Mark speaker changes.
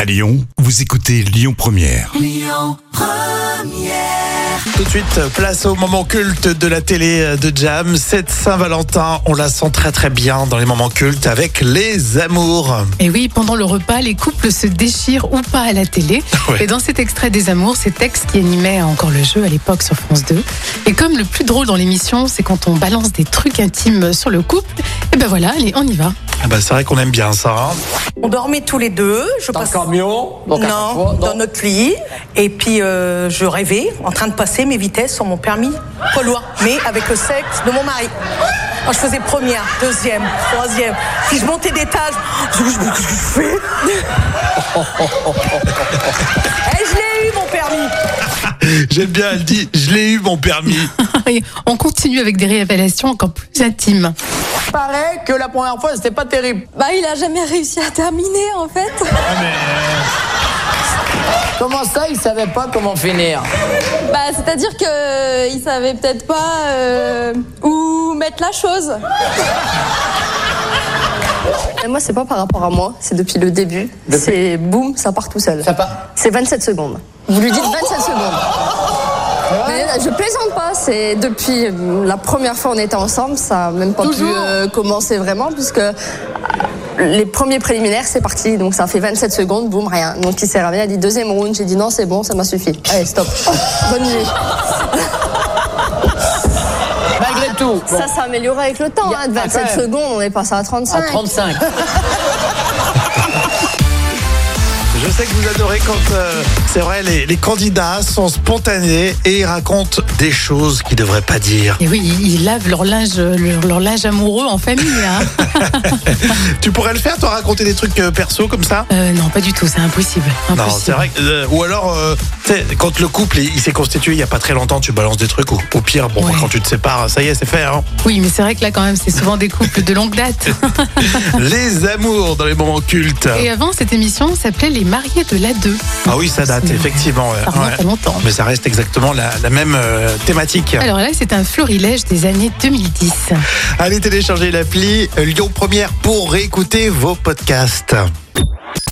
Speaker 1: À Lyon, vous écoutez Lyon Première.
Speaker 2: Tout de suite, place au moment culte de la télé de Jam. Cette Saint-Valentin, on la sent très très bien dans les moments cultes avec les amours.
Speaker 3: Et oui, pendant le repas, les couples se déchirent ou pas à la télé.
Speaker 2: Ah Ouais.
Speaker 3: Et dans cet extrait des Amours, c'est Tex qui animait encore le jeu à l'époque sur France 2. Et comme le plus drôle dans l'émission, c'est quand on balance des trucs intimes sur le couple, et ben voilà, allez, on y va.
Speaker 2: Ah bah, c'est vrai qu'on aime bien ça. hein.
Speaker 4: On dormait tous les deux. Je
Speaker 5: Dans le
Speaker 4: passais-
Speaker 5: camion donc à chaque
Speaker 4: non,
Speaker 5: fois,
Speaker 4: dans
Speaker 5: non.
Speaker 4: notre lit. Et puis euh, je rêvais en train de passer mes vitesses sur mon permis Polois, mais avec le sexe de mon mari. Quand je faisais première, deuxième, troisième, si je montais d'étage, je me dis, qu'est-ce que je fais Et je l'ai eu mon permis.
Speaker 2: J'aime bien, elle dit Je l'ai eu mon permis.
Speaker 3: Et on continue avec des révélations encore plus intimes.
Speaker 5: paraît que la première fois, c'était pas terrible.
Speaker 6: Bah, il a jamais réussi à terminer en fait.
Speaker 5: Comment ça, il savait pas comment finir
Speaker 6: Bah, c'est-à-dire que euh, il savait peut-être pas euh, où mettre la chose.
Speaker 7: Moi, c'est pas par rapport à moi, c'est depuis le début. C'est boum, ça part tout seul.
Speaker 5: Ça part.
Speaker 7: C'est 27 secondes. Vous lui dites 27 secondes. Mais euh, je plaisante pas, c'est depuis euh, la première fois on était ensemble, ça a même pas pu euh, commencer vraiment, puisque euh, les premiers préliminaires c'est parti, donc ça fait 27 secondes, boum, rien. Donc il s'est ramené, il a dit deuxième round, j'ai dit non, c'est bon, ça m'a suffi. Allez, stop. Bonne nuit.
Speaker 5: Malgré tout. bon,
Speaker 7: Ça s'est amélioré avec le temps, hein, de
Speaker 5: Ah, quand
Speaker 7: 27
Speaker 5: même.
Speaker 7: secondes, on est passé à 35.
Speaker 5: à 35.
Speaker 2: Je sais que vous adorez quand, euh, c'est vrai, les, les candidats sont spontanés et ils racontent des choses qu'ils ne devraient pas dire.
Speaker 3: Et oui, ils ils lavent leur linge, leur, leur linge amoureux en famille. hein.
Speaker 2: Tu pourrais le faire, toi, raconter des trucs euh, perso comme ça
Speaker 3: Euh, non, pas du tout, c'est impossible.
Speaker 2: Non,
Speaker 3: Impossible.
Speaker 2: c'est vrai. que, euh, ou alors, euh, tu sais, quand le couple il, il s'est constitué il y a pas très longtemps, tu balances des trucs. Ou, au pire, bon,
Speaker 3: Ouais.
Speaker 2: quand tu te sépares, ça y est, c'est fait. hein.
Speaker 3: Oui, mais c'est vrai que là quand même, c'est souvent des couples de longue date.
Speaker 2: Ah les amours dans les moments cultes.
Speaker 3: Et euh, avant, cette émission s'appelait Les mariés de la 2.
Speaker 2: Ah oui, ça date,
Speaker 3: C'est-
Speaker 2: effectivement. ouais.
Speaker 3: Ça remonte
Speaker 2: Ouais.
Speaker 3: à longtemps.
Speaker 2: Mais ça reste exactement la, la même euh, thématique.
Speaker 3: Alors là, c'est un florilège des années 2010.
Speaker 2: Allez télécharger l'appli euh, Lyon Première pour réécouter vos podcasts.